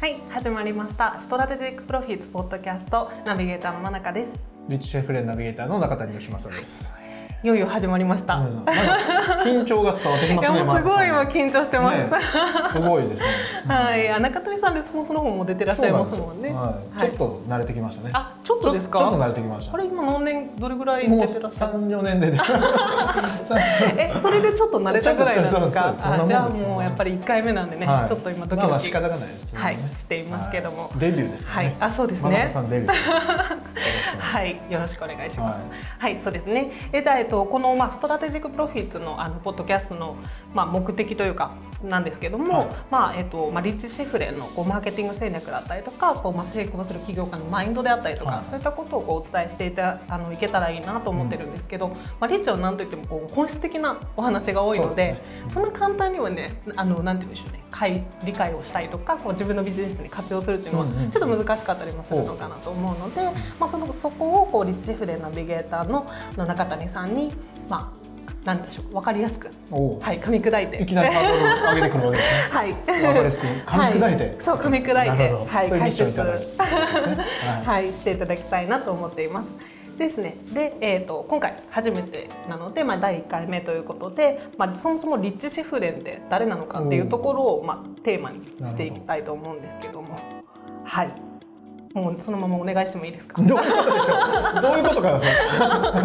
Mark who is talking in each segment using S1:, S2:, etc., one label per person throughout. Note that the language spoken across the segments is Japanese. S1: はい、始まりました。ストラテジックプロフィーツポッドキャストナビゲーターの真中です。
S2: リッチシェフレンナビゲーターの中谷義正です。
S1: いよいよ始まりました。
S2: なんか緊張が伝わってき
S1: い
S2: ますね。
S1: やもうすごい今
S2: マーク
S1: 緊張して
S2: さん
S1: ます。
S2: ねすごいですね。
S1: はい、あ中谷さんレスポンスの方も出てらっしゃ いますもんね。
S2: そうなん
S1: は
S2: ですよはいい、ちょっと慣れてきましたね。
S1: あ、ちょっ
S2: ちょ
S1: とです
S2: ちょっと
S1: か。
S2: 慣れてきました。
S1: あれ今何年どれぐらい
S2: も
S1: 出
S2: う
S1: てらっしゃる？
S2: 三四 年で。は
S1: え、それでちょっと慣れたぐらいなんですか。
S2: ちょっとそうそうそ
S1: あ
S2: ん
S1: じ
S2: な
S1: ゃ
S2: も
S1: あ
S2: んですよ
S1: もうやっぱり一回目なんでね、
S2: い
S1: ちょっと今ドキドキ。
S2: まあまあ仕方がないですよね。
S1: はい、していますけども
S2: は。いデビューですね。
S1: はいあそうですね
S2: 真中さんデ ビューですね。よろしくお願
S1: はい、よろしくお
S2: いします
S1: 願いします。
S2: は
S1: はい、そうですね。えじゃあえっとこのまあストラテジックプロフィッツのあのポッドキャストのまあ目的というかなんですけども、
S2: はい
S1: まあえっとまあリッチシェフレンのこうマーケティング戦略だったりとか、こうまあ成功する企業家のマインドであったりとか、
S2: はい
S1: そういったことをこうお伝えしていたあのいけたらいいなと思ってるんですけど、まあリッチはなんといってもこう本質的なお話が多いので、そ
S2: そうですねうん
S1: んな簡単にはね、あのなんて言うんでしょうね、解理解をしたりとか、こう自分のビジネスに活用するっていうのは
S2: うんうん
S1: ちょっと難しかったりもするのかなと思うので、まあ、そのそこをこうリッチフレナビゲーターのの中谷さんに、まあ、なんでしょう分かりやすく、
S2: おう
S1: はい、噛み砕いて
S2: いきなりハードルを上げてくるわけですね。
S1: はい
S2: わかりやすく噛み砕いて、
S1: はいそう噛み砕いて
S2: なるほど、
S1: はい
S2: そういうミッションいただいて、は
S1: はい、していただきたいなと思っています。ですね。で、えっ、と今回初めてなので、まあ第1回目ということで、まあそもそもリッチシェフレンって誰なのかっていうところをまあテーマにしていきたいと思うんですけども、はい。もうそのままお願いしてもいいですか
S2: い。。どういうことでしょう。どういうことかなそれ。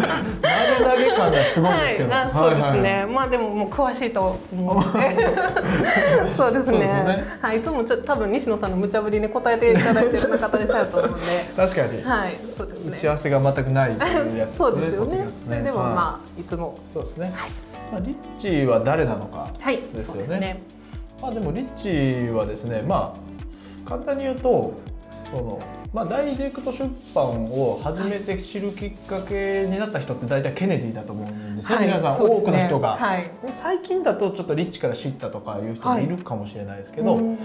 S2: 投げ投げ感がすごいですけど。
S1: はい、あそうですね、
S2: はいはい
S1: まあでももう詳しいと思うのでそうですね
S2: そうですよね
S1: はい、いつもちょっと多分西野さんの無茶ぶりに答えていただいてる中でさると思うんで
S2: 確かに、
S1: はいそうです
S2: 打ち合
S1: ね
S2: わせが全くないっていうやつ
S1: そうですよねそれでも
S2: ま
S1: まあいつも
S2: あそうですね。まあリッチーは誰なのか
S1: はい
S2: ですよね。
S1: そうですね
S2: まあでもリッチーはですね、まあ簡単に言うと。そのまあ、ダイレクト出版を初めて知るきっかけになった人って大体ケネディだと思うんですね、皆さん、
S1: そうで
S2: 多
S1: す
S2: く
S1: ね
S2: の人が、
S1: はい
S2: 最近だとちょっとリッチから知ったとかいう人もいるかもしれないですけど、
S1: うん
S2: や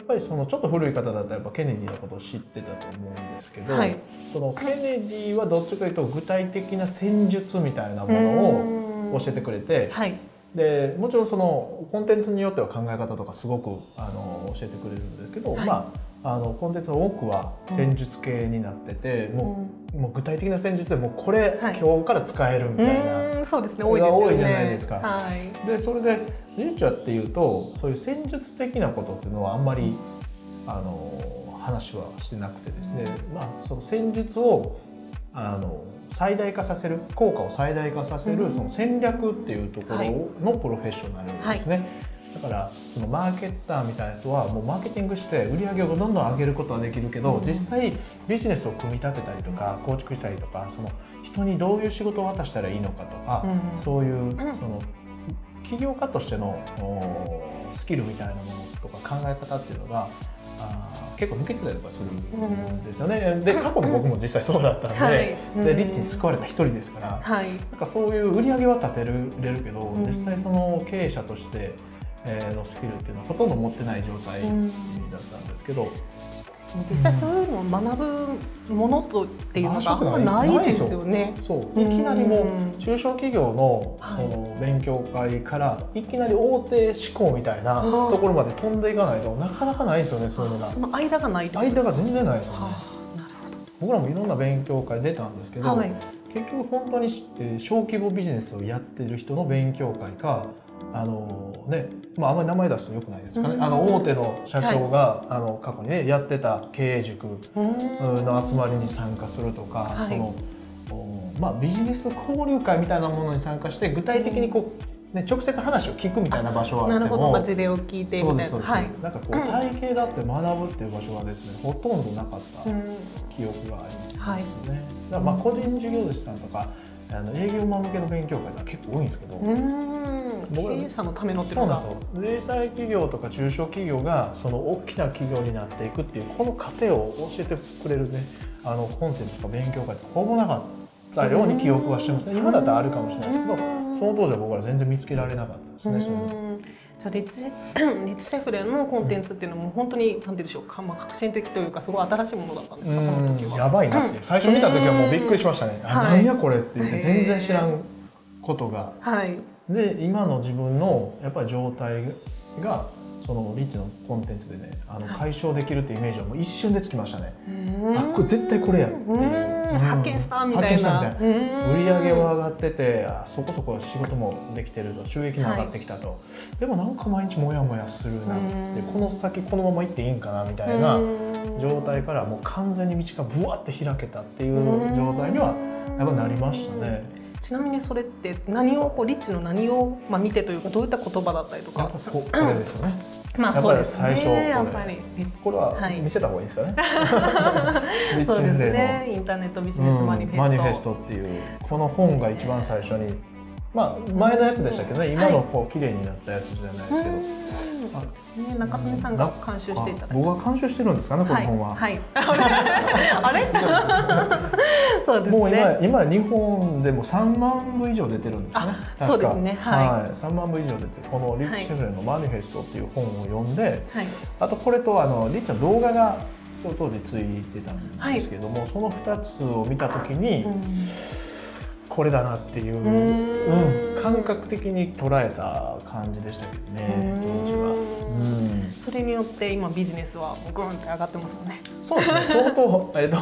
S2: っぱりそのちょっと古い方だったらやっぱケネディのことを知ってたと思うんですけど、
S1: はい
S2: そのケネディはどっちかというと具体的な戦術みたいなもの
S1: うん
S2: を教えてくれて、
S1: はい
S2: でもちろんそのコンテンツによっては考え方とかすごくあの教えてくれるんですけど、
S1: はい
S2: まああのコンテンツの多くは戦術系になってて、もうもう具体的な戦術でもうこれ、
S1: はい
S2: 今日から使えるみ
S1: う
S2: たいな。
S1: んそうですね多いですよね
S2: 多いじゃないですか
S1: はい
S2: でそれでリューチャーっていうとそういう戦術的なことっていうのはあんまりあの話はしてなくてですね、まあ、その戦術をあの最大化させる効果を最大化させ
S1: う
S2: る
S1: ん
S2: その戦略っていうとこ
S1: はい
S2: ろのプロフェッショナルですね。だからそのマーケッターみたいな人はもうマーケティングして売り上げをどんどん上げることはできるけど、
S1: うん
S2: 実際ビジネスを組み立てたりとか構築したりとかその人にどういう仕事を渡したらいいのかとか、
S1: うん
S2: そういうそ
S1: ん
S2: の起業家としてのおースキルみたいなものとか考え方っていうのがあー結構抜けてたりとかするんですよね。で過去も僕も実際そうだったんで,、
S1: はい
S2: で
S1: うん
S2: リッチに救われた一人ですから、
S1: はい
S2: なんかそういう売り上げは立てるれるけど、
S1: ん
S2: 実際その経営者としてえーのスキルっていうのはほとんど持ってない状態だったんですけど、
S1: 実際そういうのを学ぶものとっていうのがあんまないですよね
S2: そう
S1: うん
S2: いきなりもう中小企業の
S1: はい
S2: その勉強会からいきなり大手志向みたいなところまで飛んでいかないとなかなかないですよねそういうのが
S1: その間がないってことです
S2: 間が全然ないですよね
S1: は
S2: 僕らもいろんな勉強会出たんですけど、
S1: はい
S2: 結局本当に、えー小規模ビジネスをやってる人の勉強会かあのーねまああんまり名前出すとよくないですかね、
S1: うん
S2: あの大手の社長が、あの過去にねやってた経営塾の集まりに参加するとか、
S1: はい
S2: そのおまあ、ビジネス交流会みたいなものに参加して具体的にこう、ね、直接話を聞くみたいな場所はあ
S1: な
S2: っ
S1: る
S2: て
S1: ほど、
S2: も
S1: まあ、事例を聞いて
S2: そう
S1: みた
S2: です
S1: い
S2: そ
S1: な。
S2: うで
S1: は
S2: す、
S1: い。
S2: なんかこう体系だって学ぶっていう場所はですねほとんどなかった記憶があります
S1: うんはい。
S2: ね。だからまあ個人事業主さんとかあの営業マン向けの勉強会が結構多いんですけど、
S1: うー
S2: 僕ら
S1: ん。経営者のためのっていう
S2: そう
S1: の
S2: なん
S1: が。
S2: ですよ零細企業とか中小企業がその大きな企業になっていくっていうこの過程を教えてくれるねあのコンテンツとか勉強会ってほぼなかったように記憶はしてますね今だったらあるかもしれないですけど
S1: うん
S2: その当時は僕ら全然見つけられなかったです
S1: う
S2: ね。その
S1: ーんじゃあリ ッチリッチシェフレンのコンテンツっていうのも本当になんていうんでしょうか、まあ、革新的というかすごい新しいものだったんですかその時
S2: うん
S1: は。
S2: やばいなっていう最初見た時はもうびっくりしましたね、あ
S1: はい
S2: なんやこれって言って全然知らんことが
S1: はい。
S2: で今の自分のやっぱり状態がそのリッチのコンテンツでねあの解消できるってイメージはもう一瞬でつきましたね、
S1: うん
S2: あこれ絶対これやっていう
S1: うん
S2: うん
S1: 発見したみたいな
S2: 発見した売り上げは上がっててあそこそこ仕事もできてると収益も上がってきたと、でもなんか毎日モヤモヤするなって
S1: うん
S2: この先このまま行っていいんかなみたいな状態からもう完全に道がブワって開けたっていう状態にはやっぱなりましたね。
S1: ちなみにそれって何をこうリッチの何を、まあ、見てというかどういった言葉だったりと
S2: やっ
S1: か
S2: ぱここれですよね。
S1: ま
S2: や
S1: あ
S2: っぱ
S1: そう
S2: り
S1: ですね
S2: 最初これ
S1: やっぱり
S2: これ
S1: は
S2: はい見せた方がいいですかね。 リ ッ
S1: そう
S2: チ
S1: で
S2: ン
S1: す
S2: レイの
S1: ねインターネットビジ
S2: う
S1: ネス
S2: ん
S1: マニフェスト,、
S2: マニフェストっていうこの本が一番最初に、まあ、前のやつでしたけどね今のこう綺麗になったやつじゃないですけど、
S1: うんそうですね中谷さんが監修していただいて
S2: あ僕が監修してるんですかねこの本は、
S1: はい、あれあれ そうですね
S2: もう今今日本でも3万部以上出てるんですかね
S1: あ
S2: 確か
S1: そうですねはい
S2: 3万部以上出てるこの「リッチ・シェフレンのマニフェスト」っていう本を読んで、
S1: はい
S2: あとこれとあのリッチの動画がその当時ついてたんですけども、その2つを見た時に、これだなっていう、
S1: うん
S2: うん感覚的に捉えた感じでしたけどね
S1: う
S2: 当
S1: ん
S2: 時は。うん
S1: それによって今ビジネスはもうグーンって上がってますよね
S2: そうですね相当、 えっと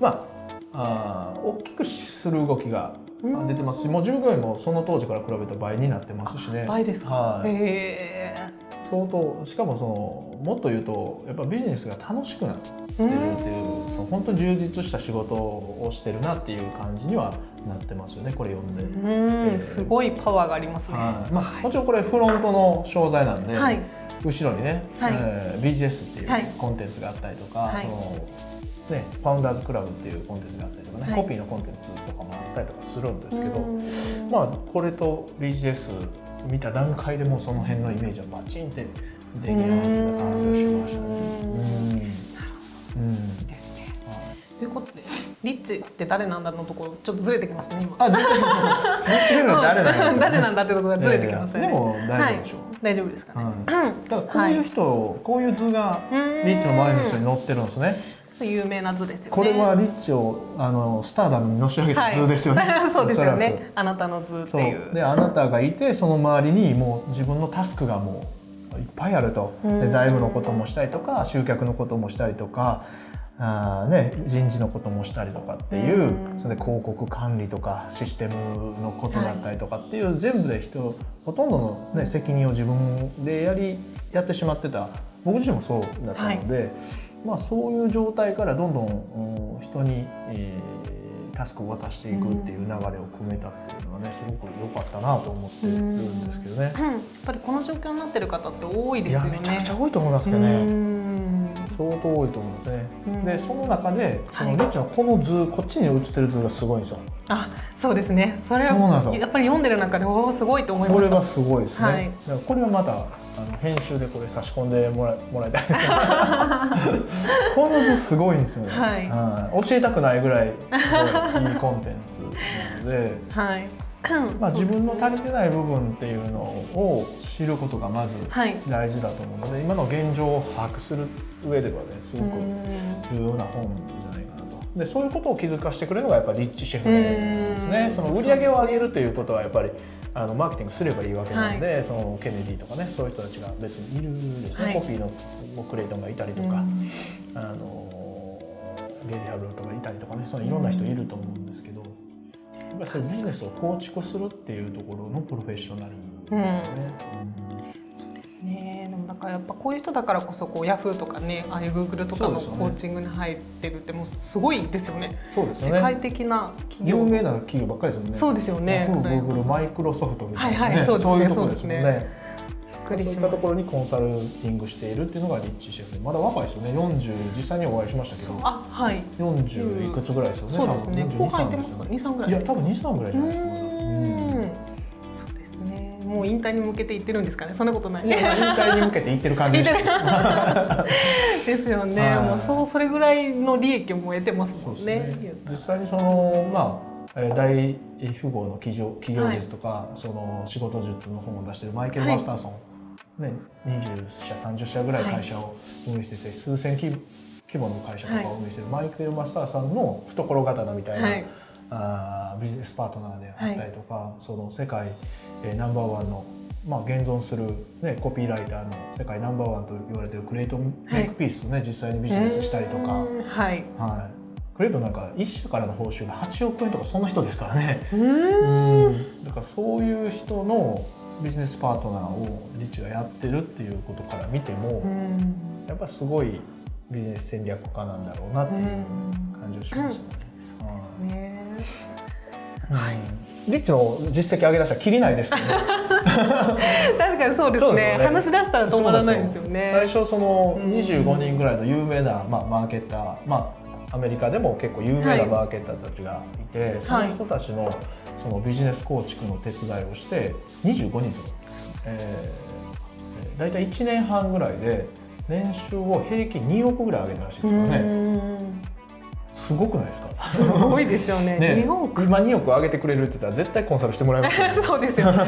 S2: まあ、あー大きくする動きが
S1: うん
S2: 出てますしもう従業員もその当時から比べた倍になってますしね。
S1: 倍ですか、
S2: はい
S1: へ
S2: 相当しかもそのもっと言うとやっぱビジネスが楽しくなってるって
S1: え
S2: いうその本当に充実した仕事をしてるなっていう感じにはなってますよねこれ読んで。
S1: うん、うんすごいパワーがありますね
S2: はいまあ、もちろんこれフロントの商材なんで、
S1: はい
S2: 後ろにね、
S1: はい
S2: えー BGS っていう
S1: はい
S2: コンテンツがあったりとか、
S1: はい
S2: そのね、ファウンダーズクラブっていうコンテンツがあったりとかね、
S1: はい
S2: コピーのコンテンツとかもあったりとかするんですけど、
S1: うん
S2: まあ、これと BGS 見た段階でもうその辺のイメージはバチンって出来上がった感じがしましたね。
S1: うん
S2: うんうん
S1: ですね
S2: はい
S1: ということでリッチって誰なんだのところちょっとずれてきますね今
S2: あ、で BGS 誰なの
S1: 誰なんだってところがずれてきますよね
S2: いやいやでも大丈夫でしょう
S1: はい、大丈夫ですかね、
S2: はい、だからこういう人、こういう図が
S1: うーん
S2: リッチの前の人に載ってるんですね。
S1: 有名な図ですよね
S2: これはリッチをあのスターダムにのし上げた図ですよね。
S1: はい そうですよ
S2: おそら
S1: ね
S2: く。
S1: あなたの図って
S2: そ
S1: いう
S2: うであなたがいてその周りにもう自分のタスクがもういっぱいあると
S1: うん
S2: で財務のこともしたりとか集客のこともしたりとかあー、ね、人事のこともしたりとかっていう
S1: うん
S2: それで広告管理とかシステムのことだったりとかっていう、全部で人ほとんどの、ね、責任を自分でやりやってしまってた僕自身もそうだったので、まあ、そういう状態からどんどん、うん人に、えータスクを渡していくっていう流れを組めたっていうのはねすごく良かったなと思ってるんですけどね。
S1: うんやっぱりこの状況になってる方って多いで
S2: い
S1: すよ
S2: や
S1: ね。
S2: めちゃくちゃ多いと思いますけど
S1: う
S2: ね。
S1: ん
S2: 相当多いと思うんですね
S1: うん。
S2: でその中でその
S1: はい
S2: リッチのこの図、こっちに映ってる図がすごいんですよ。
S1: あ、そうですね。それ
S2: そうなんです
S1: は
S2: よ
S1: やっぱり読んでる中でおおすごいと思いま
S2: これ
S1: した。
S2: がすごいですね。
S1: はい
S2: だからこれはまたあの編集でこれ差し込んでもらもらいた いですね。この図すごいんですよね。
S1: はい
S2: 教えたくないぐらいすごいいいコンテンツなので。
S1: はい。うん
S2: まあ、
S1: そう
S2: 自分の足りてない部分っていうのを知ることがまず
S1: はい。
S2: 大事だと思うので今の現状を把握する上ではねすごく重要な本じゃないかなとでそういうことを気づかせてくれるのがやっぱりリッチシェフなんです
S1: う
S2: ね
S1: ん
S2: その売り上げを上げるということはやっぱりあのマーケティングすればいいわけなんで、そのケネディとかねそういう人たちが別にいるですね、
S1: はい
S2: コピーのクレイトンがいたりと
S1: うん
S2: か、あのゲイリー・ハブルとかいたりとかねそのいろんな人いると思うんですけどやっぱりそういうビジネスを構築するっていうところのプロフェッショナルですよね。
S1: ねえでもなんかやっぱこういう人だからこそこうヤフーとかねああいうグーグルとかの
S2: そうですよ
S1: コ
S2: ね
S1: ーチングに入ってるってもうすごいですよね。
S2: そうです
S1: 世
S2: よ
S1: 界
S2: ね
S1: 的な企
S2: 有
S1: 業。
S2: 名な企業ばっかりですもんね。
S1: そうですよね。
S2: Yahoo Google マイクロソフトみたいな、
S1: はいはいそうですね
S2: そういうところですもん
S1: そうで
S2: ね。
S1: びっくり
S2: そうい
S1: し
S2: った
S1: ま
S2: と
S1: す
S2: ころにコンサルティングしているっていうのがリッチシェフでまだ若いですよね40実際にお会いしましたけど
S1: あ、はい。
S2: 40いくつぐらいですよね
S1: そうですね。
S2: 多分
S1: 後輩
S2: 42
S1: ってます
S2: 3
S1: か。
S2: です
S1: 二
S2: よ
S1: 三ぐら
S2: ね
S1: い。
S2: いや多分23ぐらいじゃないですかまだうん
S1: うんそうですね。もう引退に向けていってるんですかね。そんなことない
S2: いや
S1: ね。
S2: 引退に向けて行ってる感じ
S1: 引
S2: で
S1: 退
S2: す
S1: に ですよね。
S2: はい
S1: もうそうそれぐらいの利益をもう得てます
S2: そ
S1: も
S2: うで
S1: ん
S2: す
S1: ね
S2: ね。実際にそのまあえー大富豪の企業企業術とか、その仕事術の本を出してるマイケル・
S1: はい
S2: マスターソン、ね、20社30社ぐらい会社を運営してて、数千規規模の会社とかを運営してる、マイケル・マスターさんの懐刀みたいな、
S1: はい
S2: あービジネスパートナーであったりとか、その世界、えーナンバーワンのまあ、現存する、ね、コピーライターの世界ナンバーワンと言われてるクレイトン・メイクピースとね、実際にビジネスしたりとか、
S1: うんはい
S2: はい、クレイトンなんか一社からの報酬が8億円とかそんな人ですからね。
S1: うん
S2: うんだからそういう人のビジネスパートナーをリッチがやってるっていうことから見ても、
S1: うん
S2: やっぱりすごいビジネス戦略家なんだろうなっていう感じがしますね。はい
S1: ね
S2: はいリッチの実績上げ出したらきりないですけど、
S1: 確かにそうです
S2: そう
S1: ね
S2: ですよね
S1: 話し出したら止まらないんですよ
S2: 最
S1: ね
S2: 初その
S1: うん
S2: 25人ぐらいの有名な、まあ、マーケター、まあ、アメリカでも結構有名
S1: は
S2: ないマーケターたちがいて、その人たちのそのビジネス構築の手伝いをして25人ですよ、えー、大体1年半ぐらいで年収を平均2億ぐらい上げたらしいですからね、
S1: うん
S2: すごくないですか
S1: すごいですよね
S2: ね
S1: 日本か
S2: 今2億上げてくれるって言ったら絶対コンサルしてもらいますよね
S1: そうですよね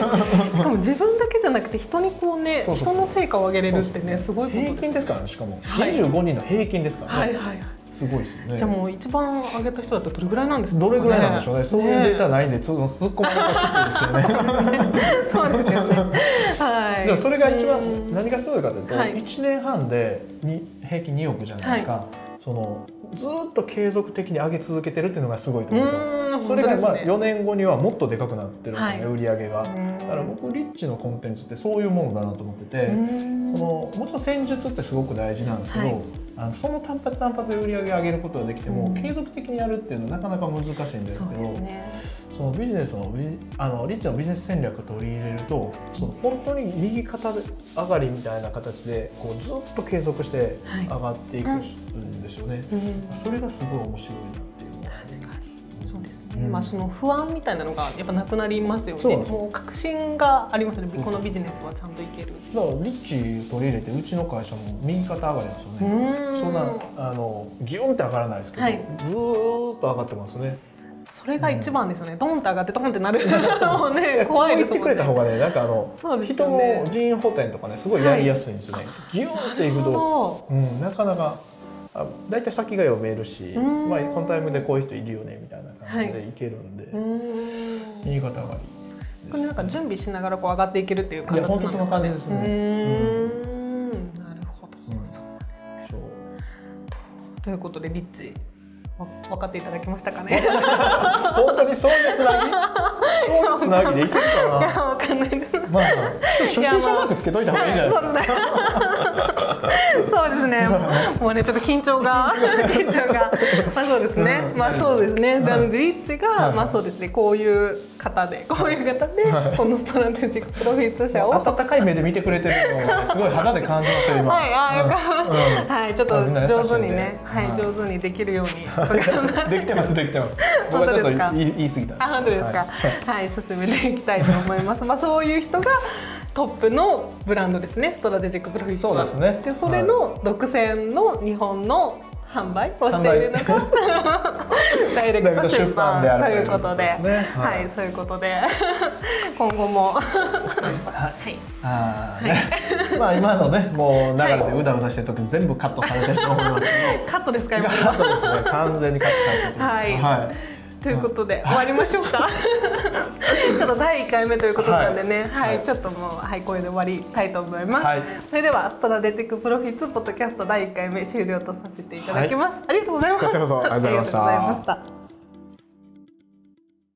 S1: しかも自分だけじゃなくて人にこうね
S2: そうそうそう
S1: 人の成果を上げれるってねすごいこと
S2: 平
S1: です
S2: 均ですからねしかも、
S1: はい
S2: 25人の平均ですからね、
S1: はいはいはい
S2: すごいですよね
S1: じゃあもう一番上げた人だとどれぐらいなんですかね
S2: どれぐらいなんでしょうね。そういうデータないんで、ちょっと突っ込まれたきついですけどね。
S1: そうですよね。はい。
S2: でもそれが一
S1: うん
S2: 番何がすごいかというと、
S1: はい
S2: 1年半でに平均2億じゃないですか。そのずーっと継続的に上げ続けてるっていうのがすごいと思うんですよ。
S1: うん
S2: それがまあ
S1: 本当ですね
S2: 4年後にはもっとでかくなってるんですよね、
S1: は
S2: 売り上げが。
S1: うん
S2: だから僕リッチのコンテンツってそういうものだなと思ってて、
S1: うん
S2: そのもちろん戦術ってすごく大事なんですけど、
S1: はい
S2: あのその単発単発で売り上げ上げることができても、
S1: うん
S2: 継続的にやるっていうのはなかなか難しいんです
S1: そ
S2: け
S1: う
S2: ど。
S1: ですね。
S2: そのビジネスのビあのリッチのビジネス戦略を取り入れるとその本当に右肩上がりみたいな形でこうずっと継続して
S1: はい
S2: 上がっていくんですよね、
S1: うん
S2: それがすごい面白いなっていうのは
S1: 確かにそうですね。
S2: うん
S1: まあその不安みたいなのがやっぱなくなりますよ
S2: そう
S1: ね。
S2: なんですよ
S1: もう確信がありますね。
S2: ん
S1: このビジネスはちゃんといける。
S2: だからリッチ取り入れてうちの会社も右肩上がりなんですよね、
S1: うん
S2: そんなあのギュンって上がらないですけど、
S1: はい
S2: ずーっと上がってますね
S1: それが一番ですよね。ドンって上がってドンってなる。 そうね。怖いです
S2: こう言ってくれた方
S1: が
S2: がねなんかあの、
S1: そうです
S2: 人
S1: よね
S2: の人員補填とかねすごいやりやすいんですよね、ギュンっていくとうん、なかなかあ大体先が読めるし、
S1: うん
S2: まあ、このタイムでこういう人いるよねみたいな感じ
S1: は
S2: でいけるんで、
S1: うん。
S2: 新潟上がり
S1: これなんか準備しながらこう上がっていけるっていう
S2: い
S1: 形
S2: や
S1: なん
S2: 本
S1: で
S2: 当
S1: す
S2: その
S1: か
S2: 感
S1: ね。
S2: じですね
S1: うーんなるほど、そう
S2: うん
S1: なんですね。
S2: そう
S1: ということでリッチわ分かっていただけましたか ね。
S2: 本当にそういうつ なぎそういうつなぎでいけるか
S1: いや
S2: な
S1: わかんないです。
S2: まあちょっと初心者マークつけといた方がいいんじゃ ないですか、
S1: そうですね。もうね、ちょっと緊張が、 緊張が、まあ、そうですね。まあ、そうですね。なので、リッチ
S2: は
S1: が、
S2: い
S1: まあ、そうですね。こういう方で、こういう方で、このストラテジックプロフィット社を。
S2: 温かい目で見てくれてるのをすごい肌で感じましたよ今
S1: はい、あー、よか
S2: うん
S1: った。はい、ちょっと上手にね、
S2: は
S1: はいい、上手にできるよう に。頑張っ
S2: できてますできてます
S1: 本当ですか
S2: 僕はちょっと言い言い過ぎた
S1: あ本当ですか、 はい、進めていきたいと思います。まあそういう人がトップのブランドですね、ストラテジックプロフィット
S2: そうですね
S1: でそれの独占の日本の販売をしているのが ダイレクト出版
S2: ダ
S1: と
S2: イ
S1: い
S2: レ
S1: うこ
S2: クト出版であるということ
S1: と
S2: で
S1: で、
S2: すねは
S1: はいい、そういうことで 今後もはい。
S2: あーね まあ今のねもう流れでうだうだしてる時に全部カットされてると思いますけど
S1: カットですか今
S2: カ
S1: の
S2: ットですね。完全にカットされてると思います。
S1: はいということで、終わりましょうか ちょっと第1回目ということなんでね、はい
S2: はい
S1: ちょっともう、はい、これで終わりたいと思います、
S2: はい
S1: それではストラテジックプロフィッツポッドキャスト第1回目終了とさせていただきます、ありがとうございます
S2: こちらこそありがとうございました
S1: ありがとうございました